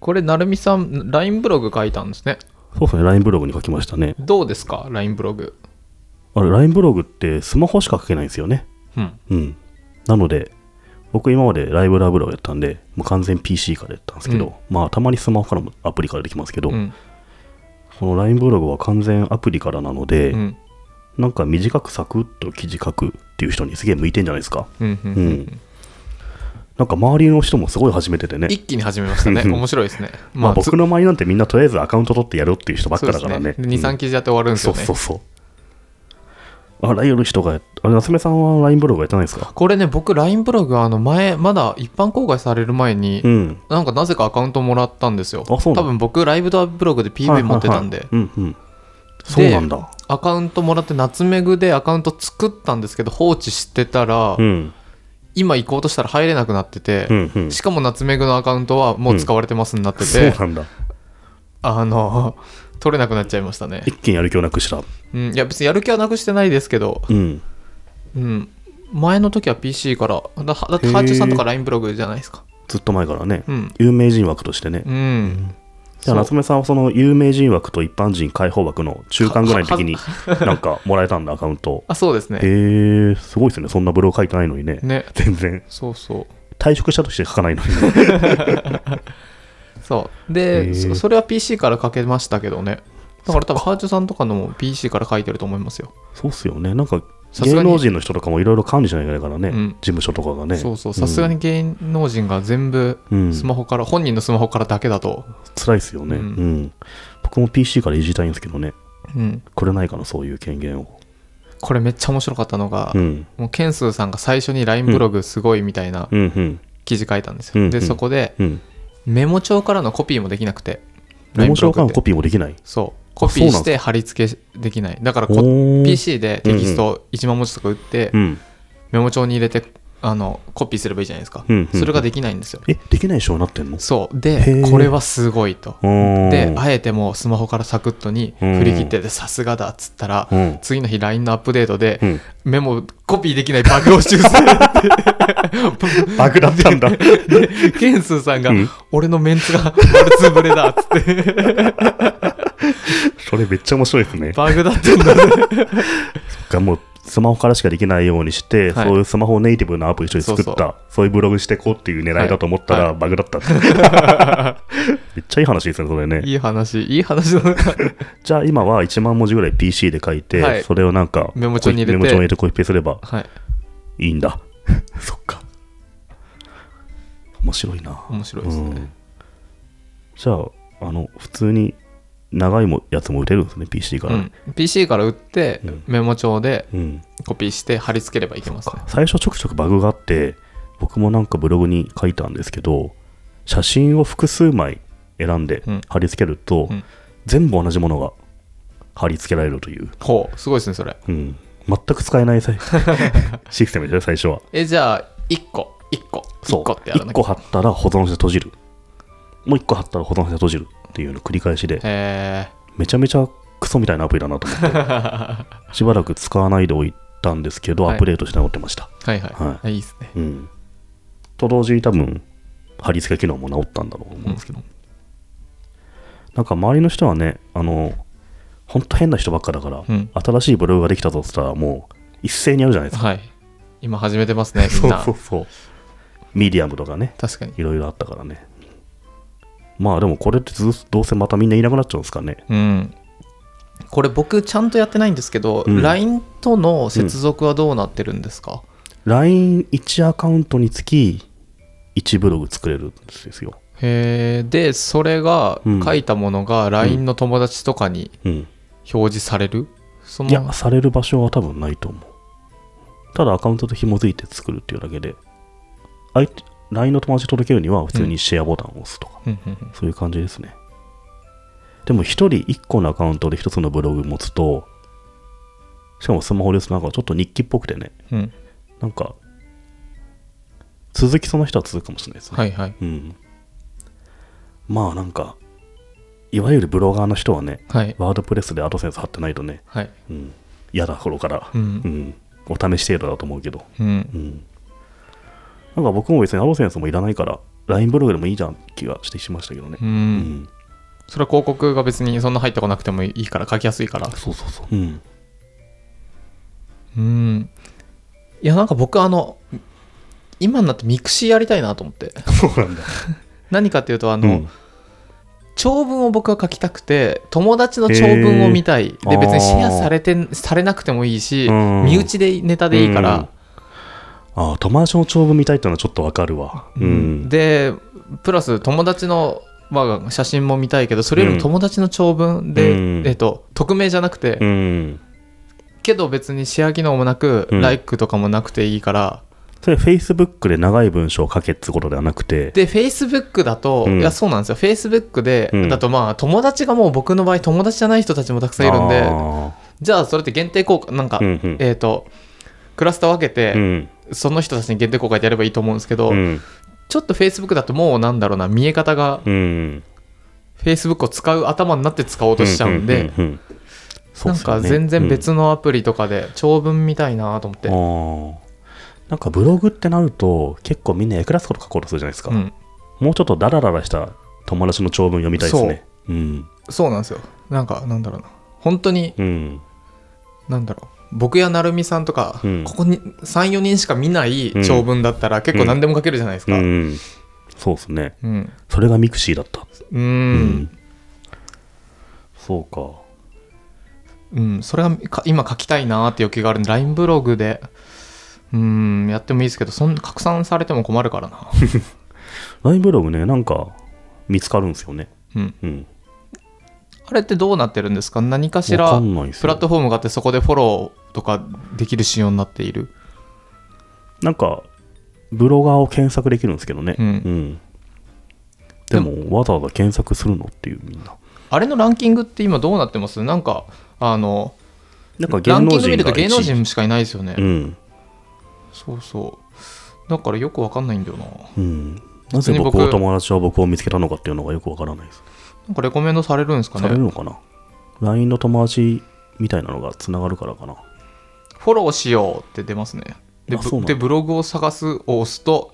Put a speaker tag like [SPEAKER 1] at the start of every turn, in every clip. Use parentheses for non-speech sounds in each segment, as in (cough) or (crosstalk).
[SPEAKER 1] これ、成美さん、LINE ブログ書いたんですね。
[SPEAKER 2] そうですね、LINE ブログに書きましたね。
[SPEAKER 1] どうですか、LINE ブログ。
[SPEAKER 2] あれ、LINE ブログってスマホしか書けないんですよね。
[SPEAKER 1] うん。
[SPEAKER 2] うん。なので、僕今までライブラブログやったんで、もう完全 PC からやったんですけど、まあたまにスマホからもアプリからできますけど、
[SPEAKER 1] うん。
[SPEAKER 2] この LINE ブログは完全アプリからなので、
[SPEAKER 1] うん。
[SPEAKER 2] なんか短くサクッと記事書くっていう人にすげえ向いてんじゃないですか。
[SPEAKER 1] うん。うん
[SPEAKER 2] うんなんか周りの人もすごい始めててね。
[SPEAKER 1] 一気に始めましたね。面白いですね。
[SPEAKER 2] (laughs) まあ
[SPEAKER 1] つ
[SPEAKER 2] 僕の周りなんてみんなとりあえずアカウント取ってやろうっていう人ばっかだからね。
[SPEAKER 1] そうです2、3記事やって終わるんです
[SPEAKER 2] そ
[SPEAKER 1] よ
[SPEAKER 2] う
[SPEAKER 1] ね。
[SPEAKER 2] そうそう。あらゆる人が、あれ、夏目さんは LINE ブログやってないですか
[SPEAKER 1] これね、僕、LINE ブログは、あの、前、まだ一般公開される前に、
[SPEAKER 2] うん。
[SPEAKER 1] なんかなぜかアカウントもらったんですよ。
[SPEAKER 2] あそうな
[SPEAKER 1] 多
[SPEAKER 2] の
[SPEAKER 1] 分僕、ライブドアブログで PV 持ってたんで、
[SPEAKER 2] はいはいはいうんうん。そうなんだ。
[SPEAKER 1] アカウントもらって、夏目ぐでアカウント作ったんですけど、放置してたら、
[SPEAKER 2] うん。
[SPEAKER 1] 今行こうとしたら入れなくなってて、
[SPEAKER 2] うんうん。
[SPEAKER 1] しかも夏目ぐのアカウントはもう使われてますになって
[SPEAKER 2] そう
[SPEAKER 1] て、
[SPEAKER 2] なんだ。
[SPEAKER 1] あの、取れなくなっちゃいましたね。
[SPEAKER 2] 一気にやる気をなくした。
[SPEAKER 1] うん、いや、別にやる気はなくしてないですけど、
[SPEAKER 2] うん。
[SPEAKER 1] うん、前の時は PC から、だだって、ハーチューさんとか LINE ブログじゃないですか。
[SPEAKER 2] ずっと前からね
[SPEAKER 1] う。ん。
[SPEAKER 2] 有名人枠としてね
[SPEAKER 1] う。ん。
[SPEAKER 2] じゃあ夏目さんはその有名人枠と一般人解放枠の中間ぐらいの時になんかもらえたんだ、アカウントを。
[SPEAKER 1] あ、そうですね。
[SPEAKER 2] へえ、すごいですね。そんなブログ書いてないのにね。
[SPEAKER 1] ね。
[SPEAKER 2] 全然。
[SPEAKER 1] そうそう。
[SPEAKER 2] 退職したとして書かないのに。
[SPEAKER 1] そう
[SPEAKER 2] へ
[SPEAKER 1] で
[SPEAKER 2] ー
[SPEAKER 1] そそれは PC から書けましたけどねだから多分ハーチューさんとかのも PC から書いてると思いますよ、
[SPEAKER 2] そうっすよね。なんか
[SPEAKER 1] さすが
[SPEAKER 2] 芸
[SPEAKER 1] に
[SPEAKER 2] 能人の人とかもいろいろ管理しなきゃいけないからね、
[SPEAKER 1] うん
[SPEAKER 2] 事務所とかがね。
[SPEAKER 1] そうそうさすがに芸能人が全部
[SPEAKER 2] うん、
[SPEAKER 1] スマホから、本人のスマホからだけだと、
[SPEAKER 2] 辛いっすよね、う
[SPEAKER 1] うんん
[SPEAKER 2] 僕も PC からいじりたいんですけどね、
[SPEAKER 1] うん、
[SPEAKER 2] くれないかな、そういう権限を。
[SPEAKER 1] これめっちゃ面白かったのが、
[SPEAKER 2] うん、
[SPEAKER 1] もうケンスーさんが最初に LINE ブログすごいみたいな
[SPEAKER 2] うん、うん、
[SPEAKER 1] 記事書いたんですよ、
[SPEAKER 2] うんうん
[SPEAKER 1] でそこで
[SPEAKER 2] うん。
[SPEAKER 1] メモ帳からのコピーもできなくて
[SPEAKER 2] メモ帳か
[SPEAKER 1] LINE ブログ
[SPEAKER 2] らのコ
[SPEAKER 1] って
[SPEAKER 2] ピーもできない。
[SPEAKER 1] そうコピーして貼り付けできないだからこ
[SPEAKER 2] おー
[SPEAKER 1] PC でテキスト1万文字とか打って、
[SPEAKER 2] うん、
[SPEAKER 1] メモ帳に入れてあのコピーすればいいじゃないですか、
[SPEAKER 2] うんうん
[SPEAKER 1] それができないんですよ
[SPEAKER 2] え、できない章になってんの
[SPEAKER 1] そう
[SPEAKER 2] へ
[SPEAKER 1] で
[SPEAKER 2] ー
[SPEAKER 1] これはすごいとで
[SPEAKER 2] で
[SPEAKER 1] あえてもうスマホからサクッとに振り切っててさすがだっつったら
[SPEAKER 2] うん
[SPEAKER 1] 次の日 LINE のアップデートで (laughs)
[SPEAKER 2] うん
[SPEAKER 1] メモコピーできないバグを修正って
[SPEAKER 2] バグだったんだ
[SPEAKER 1] で (laughs) ケンスーさんが
[SPEAKER 2] うん
[SPEAKER 1] 俺のメンツが (laughs) 丸つぶれだっつって
[SPEAKER 2] それめっちゃ面白いですね。
[SPEAKER 1] バグだったんだ
[SPEAKER 2] がもうスマホからしかできないようにして、
[SPEAKER 1] はい
[SPEAKER 2] そういうスマホネイティブなアプリ一緒に作った、そ
[SPEAKER 1] そううそ
[SPEAKER 2] いうブログしていこうっていう狙いだと思ったら、
[SPEAKER 1] は
[SPEAKER 2] バグだったって
[SPEAKER 1] (laughs)
[SPEAKER 2] めっちゃいい話ですね、それね。
[SPEAKER 1] いい話いい話だな
[SPEAKER 2] じゃあ今は1万文字ぐらい PC で書いて、
[SPEAKER 1] はい
[SPEAKER 2] それをなんか
[SPEAKER 1] メモ帳に入れて
[SPEAKER 2] メモ帳に入れてコピペすれば
[SPEAKER 1] はい
[SPEAKER 2] いいんだ (laughs) そっか面白いな
[SPEAKER 1] 面白いです
[SPEAKER 2] うん
[SPEAKER 1] ね
[SPEAKER 2] じゃああの普通に長いもやつも打てるんですね PC か
[SPEAKER 1] う
[SPEAKER 2] ら、
[SPEAKER 1] ん PC から打って
[SPEAKER 2] うん
[SPEAKER 1] メモ帳で
[SPEAKER 2] うん
[SPEAKER 1] コピーして貼り付ければいけますね
[SPEAKER 2] 最初ちょくちょくバグがあって僕もなんかブログに書いたんですけど写真を複数枚選んで
[SPEAKER 1] うん
[SPEAKER 2] 貼り付けると、
[SPEAKER 1] うん
[SPEAKER 2] 全部同じものが貼り付けられるという、
[SPEAKER 1] ほうすごいですねそれ
[SPEAKER 2] うん、全く使えない
[SPEAKER 1] (laughs)
[SPEAKER 2] さいシステムですね最初は
[SPEAKER 1] えじゃあ1個1個
[SPEAKER 2] そ
[SPEAKER 1] 1
[SPEAKER 2] う
[SPEAKER 1] 個ってやら
[SPEAKER 2] 1
[SPEAKER 1] なきゃ
[SPEAKER 2] 個貼ったら保存して閉じるもう1個貼ったら保存して閉じるっていうのを繰り返しで
[SPEAKER 1] へ
[SPEAKER 2] めちゃめちゃクソみたいなアプリだなと思っ
[SPEAKER 1] (laughs)
[SPEAKER 2] てしばらく使わないでおいたんですけど
[SPEAKER 1] はい
[SPEAKER 2] アップデートして直ってました、
[SPEAKER 1] ーはいはい、、
[SPEAKER 2] はい
[SPEAKER 1] いですね
[SPEAKER 2] うんと同時に多分貼り付け機能も直ったんだろうと思うんですけど、なんか周りの人はねあのほんと変な人ばっかだから、
[SPEAKER 1] うん
[SPEAKER 2] 新しいブログができたとしたらもう一斉にやるじゃないですか
[SPEAKER 1] はい今始めてますねみ
[SPEAKER 2] (laughs)
[SPEAKER 1] ん
[SPEAKER 2] そう
[SPEAKER 1] な
[SPEAKER 2] そうそうミディアムとかね
[SPEAKER 1] 確かに
[SPEAKER 2] いろいろあったからね。まあでもこれってずどうせまたみんないなくなっちゃうんですかね。
[SPEAKER 1] うんこれ僕ちゃんとやってないんですけど、
[SPEAKER 2] うん
[SPEAKER 1] LINE との接続はどうなってるんですか、
[SPEAKER 2] LINE1 アカウントにつき1ブログ作れるんですよ。
[SPEAKER 1] へえでそれが
[SPEAKER 2] うん
[SPEAKER 1] 書いたものが LINE の友達とかに
[SPEAKER 2] うん。
[SPEAKER 1] 表示されるその
[SPEAKER 2] いや、される場所は多分ないと思う。ただアカウントと紐づいて作るっていうだけで、相手 LINE の友達に届けるには普通にシェアボタンを押すとか、
[SPEAKER 1] うんうんうん
[SPEAKER 2] そういう感じですね。でも1人1個のアカウントで1つのブログ持つと、しかもスマホですなんかちょっと日記っぽくてね、
[SPEAKER 1] うん
[SPEAKER 2] なんか、続きその人は続くかもしれないですね。
[SPEAKER 1] はいはい
[SPEAKER 2] うん。まあなんか、いわゆるブロガーの人はね、
[SPEAKER 1] はい
[SPEAKER 2] ワードプレスでアドセンス貼ってないとね、
[SPEAKER 1] はい
[SPEAKER 2] うん、嫌だ頃から、
[SPEAKER 1] う
[SPEAKER 2] うんん、お試し程度だと思うけど、
[SPEAKER 1] うん
[SPEAKER 2] うん。なんか僕も別にアドセンスもいらないから、 LINE ブログでもいいじゃん気がしてしましたけどね
[SPEAKER 1] う。。
[SPEAKER 2] うん
[SPEAKER 1] それは広告が別にそんな入ってこなくてもいいから書きやすいから。
[SPEAKER 2] そうそうそう。うん。
[SPEAKER 1] うん。いや、なんか僕、あの、今になってミクシーやりたいなと思って。
[SPEAKER 2] そうなんだ。
[SPEAKER 1] 何かっていうと、あ
[SPEAKER 2] う
[SPEAKER 1] の、
[SPEAKER 2] ん、
[SPEAKER 1] 長文を僕は書きたくて、友達の長文を見たい。
[SPEAKER 2] ー
[SPEAKER 1] で、別にシェ
[SPEAKER 2] あ
[SPEAKER 1] ア
[SPEAKER 2] ー
[SPEAKER 1] されて、されなくてもいいし、
[SPEAKER 2] うん
[SPEAKER 1] 身内でネタでいいから、
[SPEAKER 2] ああ、友達の長文みたいってのはちょっとわかるわ。うん。
[SPEAKER 1] で、プラス友達の、まあ、写真も見たいけど、それよりも友達の長文で、
[SPEAKER 2] うん
[SPEAKER 1] えっと、匿名じゃなくて、
[SPEAKER 2] うん。
[SPEAKER 1] けど別にシェア機能もなく、
[SPEAKER 2] うん
[SPEAKER 1] ライクとかもなくていいから、
[SPEAKER 2] それ、Facebook で長い文章を書けってことではなくて、
[SPEAKER 1] で、Facebook だと、
[SPEAKER 2] うん
[SPEAKER 1] いや、そうなんですよ。Facebook で、
[SPEAKER 2] うん
[SPEAKER 1] だとまあ、友達がもう僕の場合、友達じゃない人たちもたくさんいるんで、
[SPEAKER 2] あ
[SPEAKER 1] じゃあ、それって限定公開、なんか、
[SPEAKER 2] ーうんうん
[SPEAKER 1] えっ、と、クラスター分け
[SPEAKER 2] う
[SPEAKER 1] て、
[SPEAKER 2] ん
[SPEAKER 1] その人たちに限定公開でやればいいと思うんですけど、
[SPEAKER 2] うん
[SPEAKER 1] ちょっと Facebook だともう、なんだろうな、見え方が、
[SPEAKER 2] うん。
[SPEAKER 1] Facebook を使う頭になって使おうとしちゃうんで、
[SPEAKER 2] ううんうんそ
[SPEAKER 1] な
[SPEAKER 2] うっ
[SPEAKER 1] ん
[SPEAKER 2] すよ
[SPEAKER 1] か
[SPEAKER 2] ね
[SPEAKER 1] 全然別のアプリとかで、長文みたいなと思って。
[SPEAKER 2] ああなんかブログってなると結構みんな役立つこと書こうとするじゃないですか、
[SPEAKER 1] うん
[SPEAKER 2] もうちょっとダラダラした友達の長文読みたいですねうん
[SPEAKER 1] そうなんですよ。なんか、なんだろうな。本当に、
[SPEAKER 2] うん
[SPEAKER 1] なんだろう僕や成美さんとか、
[SPEAKER 2] うん
[SPEAKER 1] ここに34人しか見ない
[SPEAKER 2] うん
[SPEAKER 1] 長文だったら結構何でも書けるじゃないです
[SPEAKER 2] う
[SPEAKER 1] か。うん
[SPEAKER 2] んそうですね
[SPEAKER 1] うん
[SPEAKER 2] それがミクシーだった
[SPEAKER 1] う
[SPEAKER 2] うんそうか
[SPEAKER 1] それがか今書きたいなーって欲求があるんで LINE ブログでうんやってもいいですけどそん拡散されても困るからな、
[SPEAKER 2] LINE ブログねなんか見つかるんですよね
[SPEAKER 1] うん、
[SPEAKER 2] うん
[SPEAKER 1] あれってどうなってるんですか何かし
[SPEAKER 2] わからんないです
[SPEAKER 1] プラッ
[SPEAKER 2] よ
[SPEAKER 1] トフォームがあってそこでフォローとかできる仕様になっている
[SPEAKER 2] なんかブロガーを検索できるんですけどね
[SPEAKER 1] うん
[SPEAKER 2] でもわざわざ検索するのっていうみんな
[SPEAKER 1] あれのランキングって今どうなってますなんかあの
[SPEAKER 2] なんか
[SPEAKER 1] ラ
[SPEAKER 2] 芸
[SPEAKER 1] ンキ
[SPEAKER 2] 能
[SPEAKER 1] ング見
[SPEAKER 2] 人
[SPEAKER 1] る
[SPEAKER 2] が
[SPEAKER 1] と芸能
[SPEAKER 2] 一位
[SPEAKER 1] 人しかいないですよね、
[SPEAKER 2] うん
[SPEAKER 1] そうそう。だからよくわかんないんだよな。
[SPEAKER 2] うん、な
[SPEAKER 1] 別
[SPEAKER 2] ぜ
[SPEAKER 1] に僕
[SPEAKER 2] 僕の友達は僕を見つけたのかっていうのがよくわからないです。
[SPEAKER 1] なんかレコメンドされるんですか
[SPEAKER 2] される
[SPEAKER 1] ね。
[SPEAKER 2] のかな ?LINE の友達みたいなのがつながるからかな。
[SPEAKER 1] フォローしようって出ますね。で、
[SPEAKER 2] あそうなん
[SPEAKER 1] ぶで
[SPEAKER 2] だ
[SPEAKER 1] ブログを探すを押すと、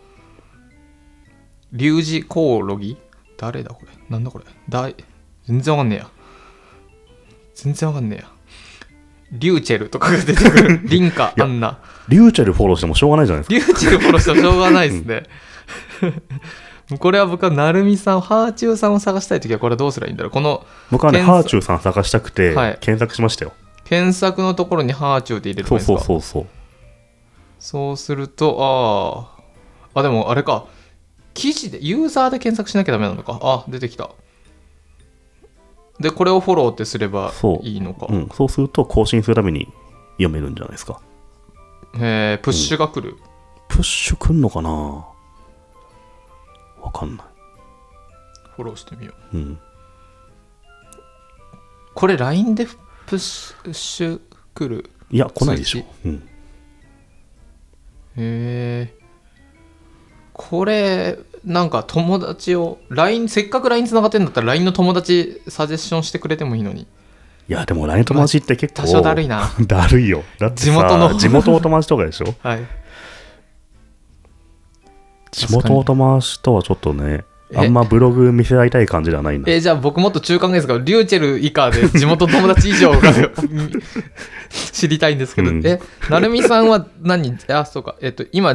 [SPEAKER 1] リュウジコオロギ誰だこれなんだこれだい全然わかんねえや。全然わかんねえや。リューチェルとかが出てくる。リンカ、
[SPEAKER 2] い
[SPEAKER 1] ア
[SPEAKER 2] や
[SPEAKER 1] ンナ。
[SPEAKER 2] リューチェルフォローしてもしょうがないじゃないですか。
[SPEAKER 1] リューチェルフォローしてもしょうがないですね。 (laughs) もうこれは僕はなるみさん、ハーチューさんを探したいときはこれどうすればいいんだろう。この
[SPEAKER 2] 僕はね、
[SPEAKER 1] 検索
[SPEAKER 2] ハーチューさん探したくて
[SPEAKER 1] はい、
[SPEAKER 2] 検索しましたよ。
[SPEAKER 1] 検索のところにハーチューって入れて
[SPEAKER 2] そ
[SPEAKER 1] も
[SPEAKER 2] う
[SPEAKER 1] いいです
[SPEAKER 2] そう
[SPEAKER 1] か
[SPEAKER 2] そうそう。
[SPEAKER 1] そうすると、ああ。あ、でもあれか。記事で、ユーザーで検索しなきゃダメなのか。あ、出てきた。で、これをフォローってすれば
[SPEAKER 2] そう
[SPEAKER 1] いいのか。
[SPEAKER 2] うん、そうすると更新するために読めるんじゃないですか。
[SPEAKER 1] えープッシュが来る。
[SPEAKER 2] プッシュくんのかなわかんない。
[SPEAKER 1] フォローしてみよう。
[SPEAKER 2] うん。
[SPEAKER 1] これ LINE でプッシュプッシュ来る。
[SPEAKER 2] いや、来ないでしょ
[SPEAKER 1] 通。
[SPEAKER 2] うん。
[SPEAKER 1] へえ。これ、なんか友達を、LINE、せっかく LINE 繋がってんだったら LINE の友達サジェッションしてくれてもいいのに。
[SPEAKER 2] いや、でも LINE の友達って結構。
[SPEAKER 1] 多少だるいな。
[SPEAKER 2] (laughs) だるいよ。だってさ
[SPEAKER 1] 地元の
[SPEAKER 2] 地元の友達とかでしょ
[SPEAKER 1] はい。
[SPEAKER 2] 地元の友達とはちょっとね、
[SPEAKER 1] え
[SPEAKER 2] あんまブログ見せ合いたい感じではないんだ。
[SPEAKER 1] えーじゃあ僕もっと中間ですから、リューチェル以下で地元友達以上が (laughs) み知りたいんですけど、
[SPEAKER 2] うん
[SPEAKER 1] え、なるみさんは何あ、そうか、えっ、と、今、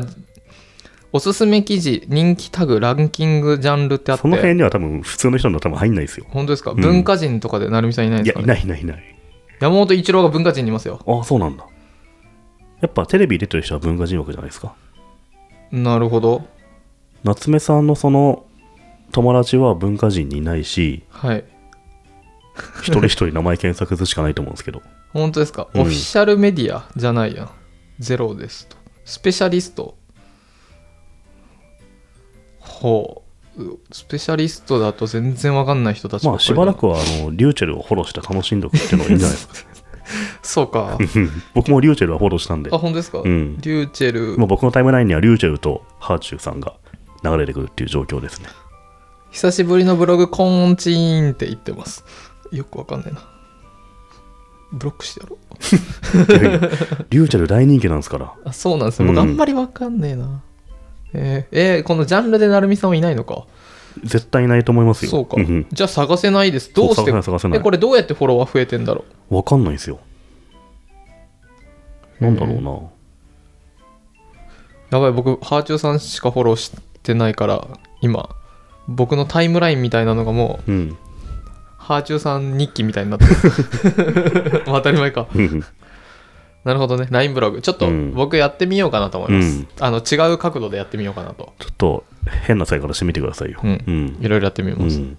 [SPEAKER 1] おすすめ記事、人気タグ、ランキング、ジャンルってあって、
[SPEAKER 2] その辺には多分普通の人の多分入んないですよ。
[SPEAKER 1] 本当ですか、
[SPEAKER 2] うん
[SPEAKER 1] 文化人とかでなるみさんいないん
[SPEAKER 2] い
[SPEAKER 1] で
[SPEAKER 2] や
[SPEAKER 1] す、か、
[SPEAKER 2] い
[SPEAKER 1] ね、
[SPEAKER 2] ないいないいない。
[SPEAKER 1] 山本一郎が文化人にいますよ。
[SPEAKER 2] ああ、そうなんだ。やっぱテレビ出てる人は文化人枠じゃないですか。
[SPEAKER 1] なるほど。
[SPEAKER 2] 夏目さんのその友達は文化人にいないし、
[SPEAKER 1] はい。
[SPEAKER 2] 一人一人名前検索するしかないと思うんですけ
[SPEAKER 1] (laughs)
[SPEAKER 2] ど。
[SPEAKER 1] 本当ですか、
[SPEAKER 2] うん
[SPEAKER 1] オフィシャルメディアじゃないやん。ゼロですと。スペシャリスト。ほう。うスペシャリストだと全然わかんない人たちば
[SPEAKER 2] ま
[SPEAKER 1] っ
[SPEAKER 2] あ
[SPEAKER 1] か
[SPEAKER 2] し
[SPEAKER 1] りだ
[SPEAKER 2] ば
[SPEAKER 1] な
[SPEAKER 2] らくはあのリューチェルをフォローして楽しんどくっていうのがいいんじゃな
[SPEAKER 1] (laughs)
[SPEAKER 2] いですか。
[SPEAKER 1] そうか。
[SPEAKER 2] うん僕もリューチェルはフォローしたんで
[SPEAKER 1] あ、。本当ですか、
[SPEAKER 2] うん
[SPEAKER 1] リューチェル、
[SPEAKER 2] もう僕のタイムラインにはリューチェルとハーチューさんが流れてくるっていう状況ですね。
[SPEAKER 1] 久しぶりのブログ、コーンチーンって言ってます。よくわかんないな。ブロックしてやろう。
[SPEAKER 2] いやいやリューチェル大人気なんですから。
[SPEAKER 1] あ、そうなんですね。僕
[SPEAKER 2] うん
[SPEAKER 1] あんまりわかんねえな。えーえーこのジャンルで成美さんはいないのか
[SPEAKER 2] 絶対いないと思いますよ。
[SPEAKER 1] そうか、
[SPEAKER 2] んん
[SPEAKER 1] じゃあ探せないですどうして
[SPEAKER 2] そう探せない探せない
[SPEAKER 1] えこれどうやってフォロワー増えてんだろ
[SPEAKER 2] わかんないんですよ。なんだろうな。
[SPEAKER 1] うやばい僕ハーチューさんしかフォローしてないから今僕のタイムラインみたいなのがも
[SPEAKER 2] うん。
[SPEAKER 1] うハーチューさん日記みたいになって
[SPEAKER 2] (laughs)
[SPEAKER 1] るまあ当たり前か
[SPEAKER 2] うん
[SPEAKER 1] なるほどね LINE ブログちょっと
[SPEAKER 2] うん
[SPEAKER 1] 僕やってみようかなと思います、
[SPEAKER 2] うん
[SPEAKER 1] あの違う角度でやってみようかなと
[SPEAKER 2] ちょっと変な使い方してみてくださいよ。
[SPEAKER 1] うん
[SPEAKER 2] うん。
[SPEAKER 1] いろいろやってみ
[SPEAKER 2] う
[SPEAKER 1] ます、
[SPEAKER 2] ん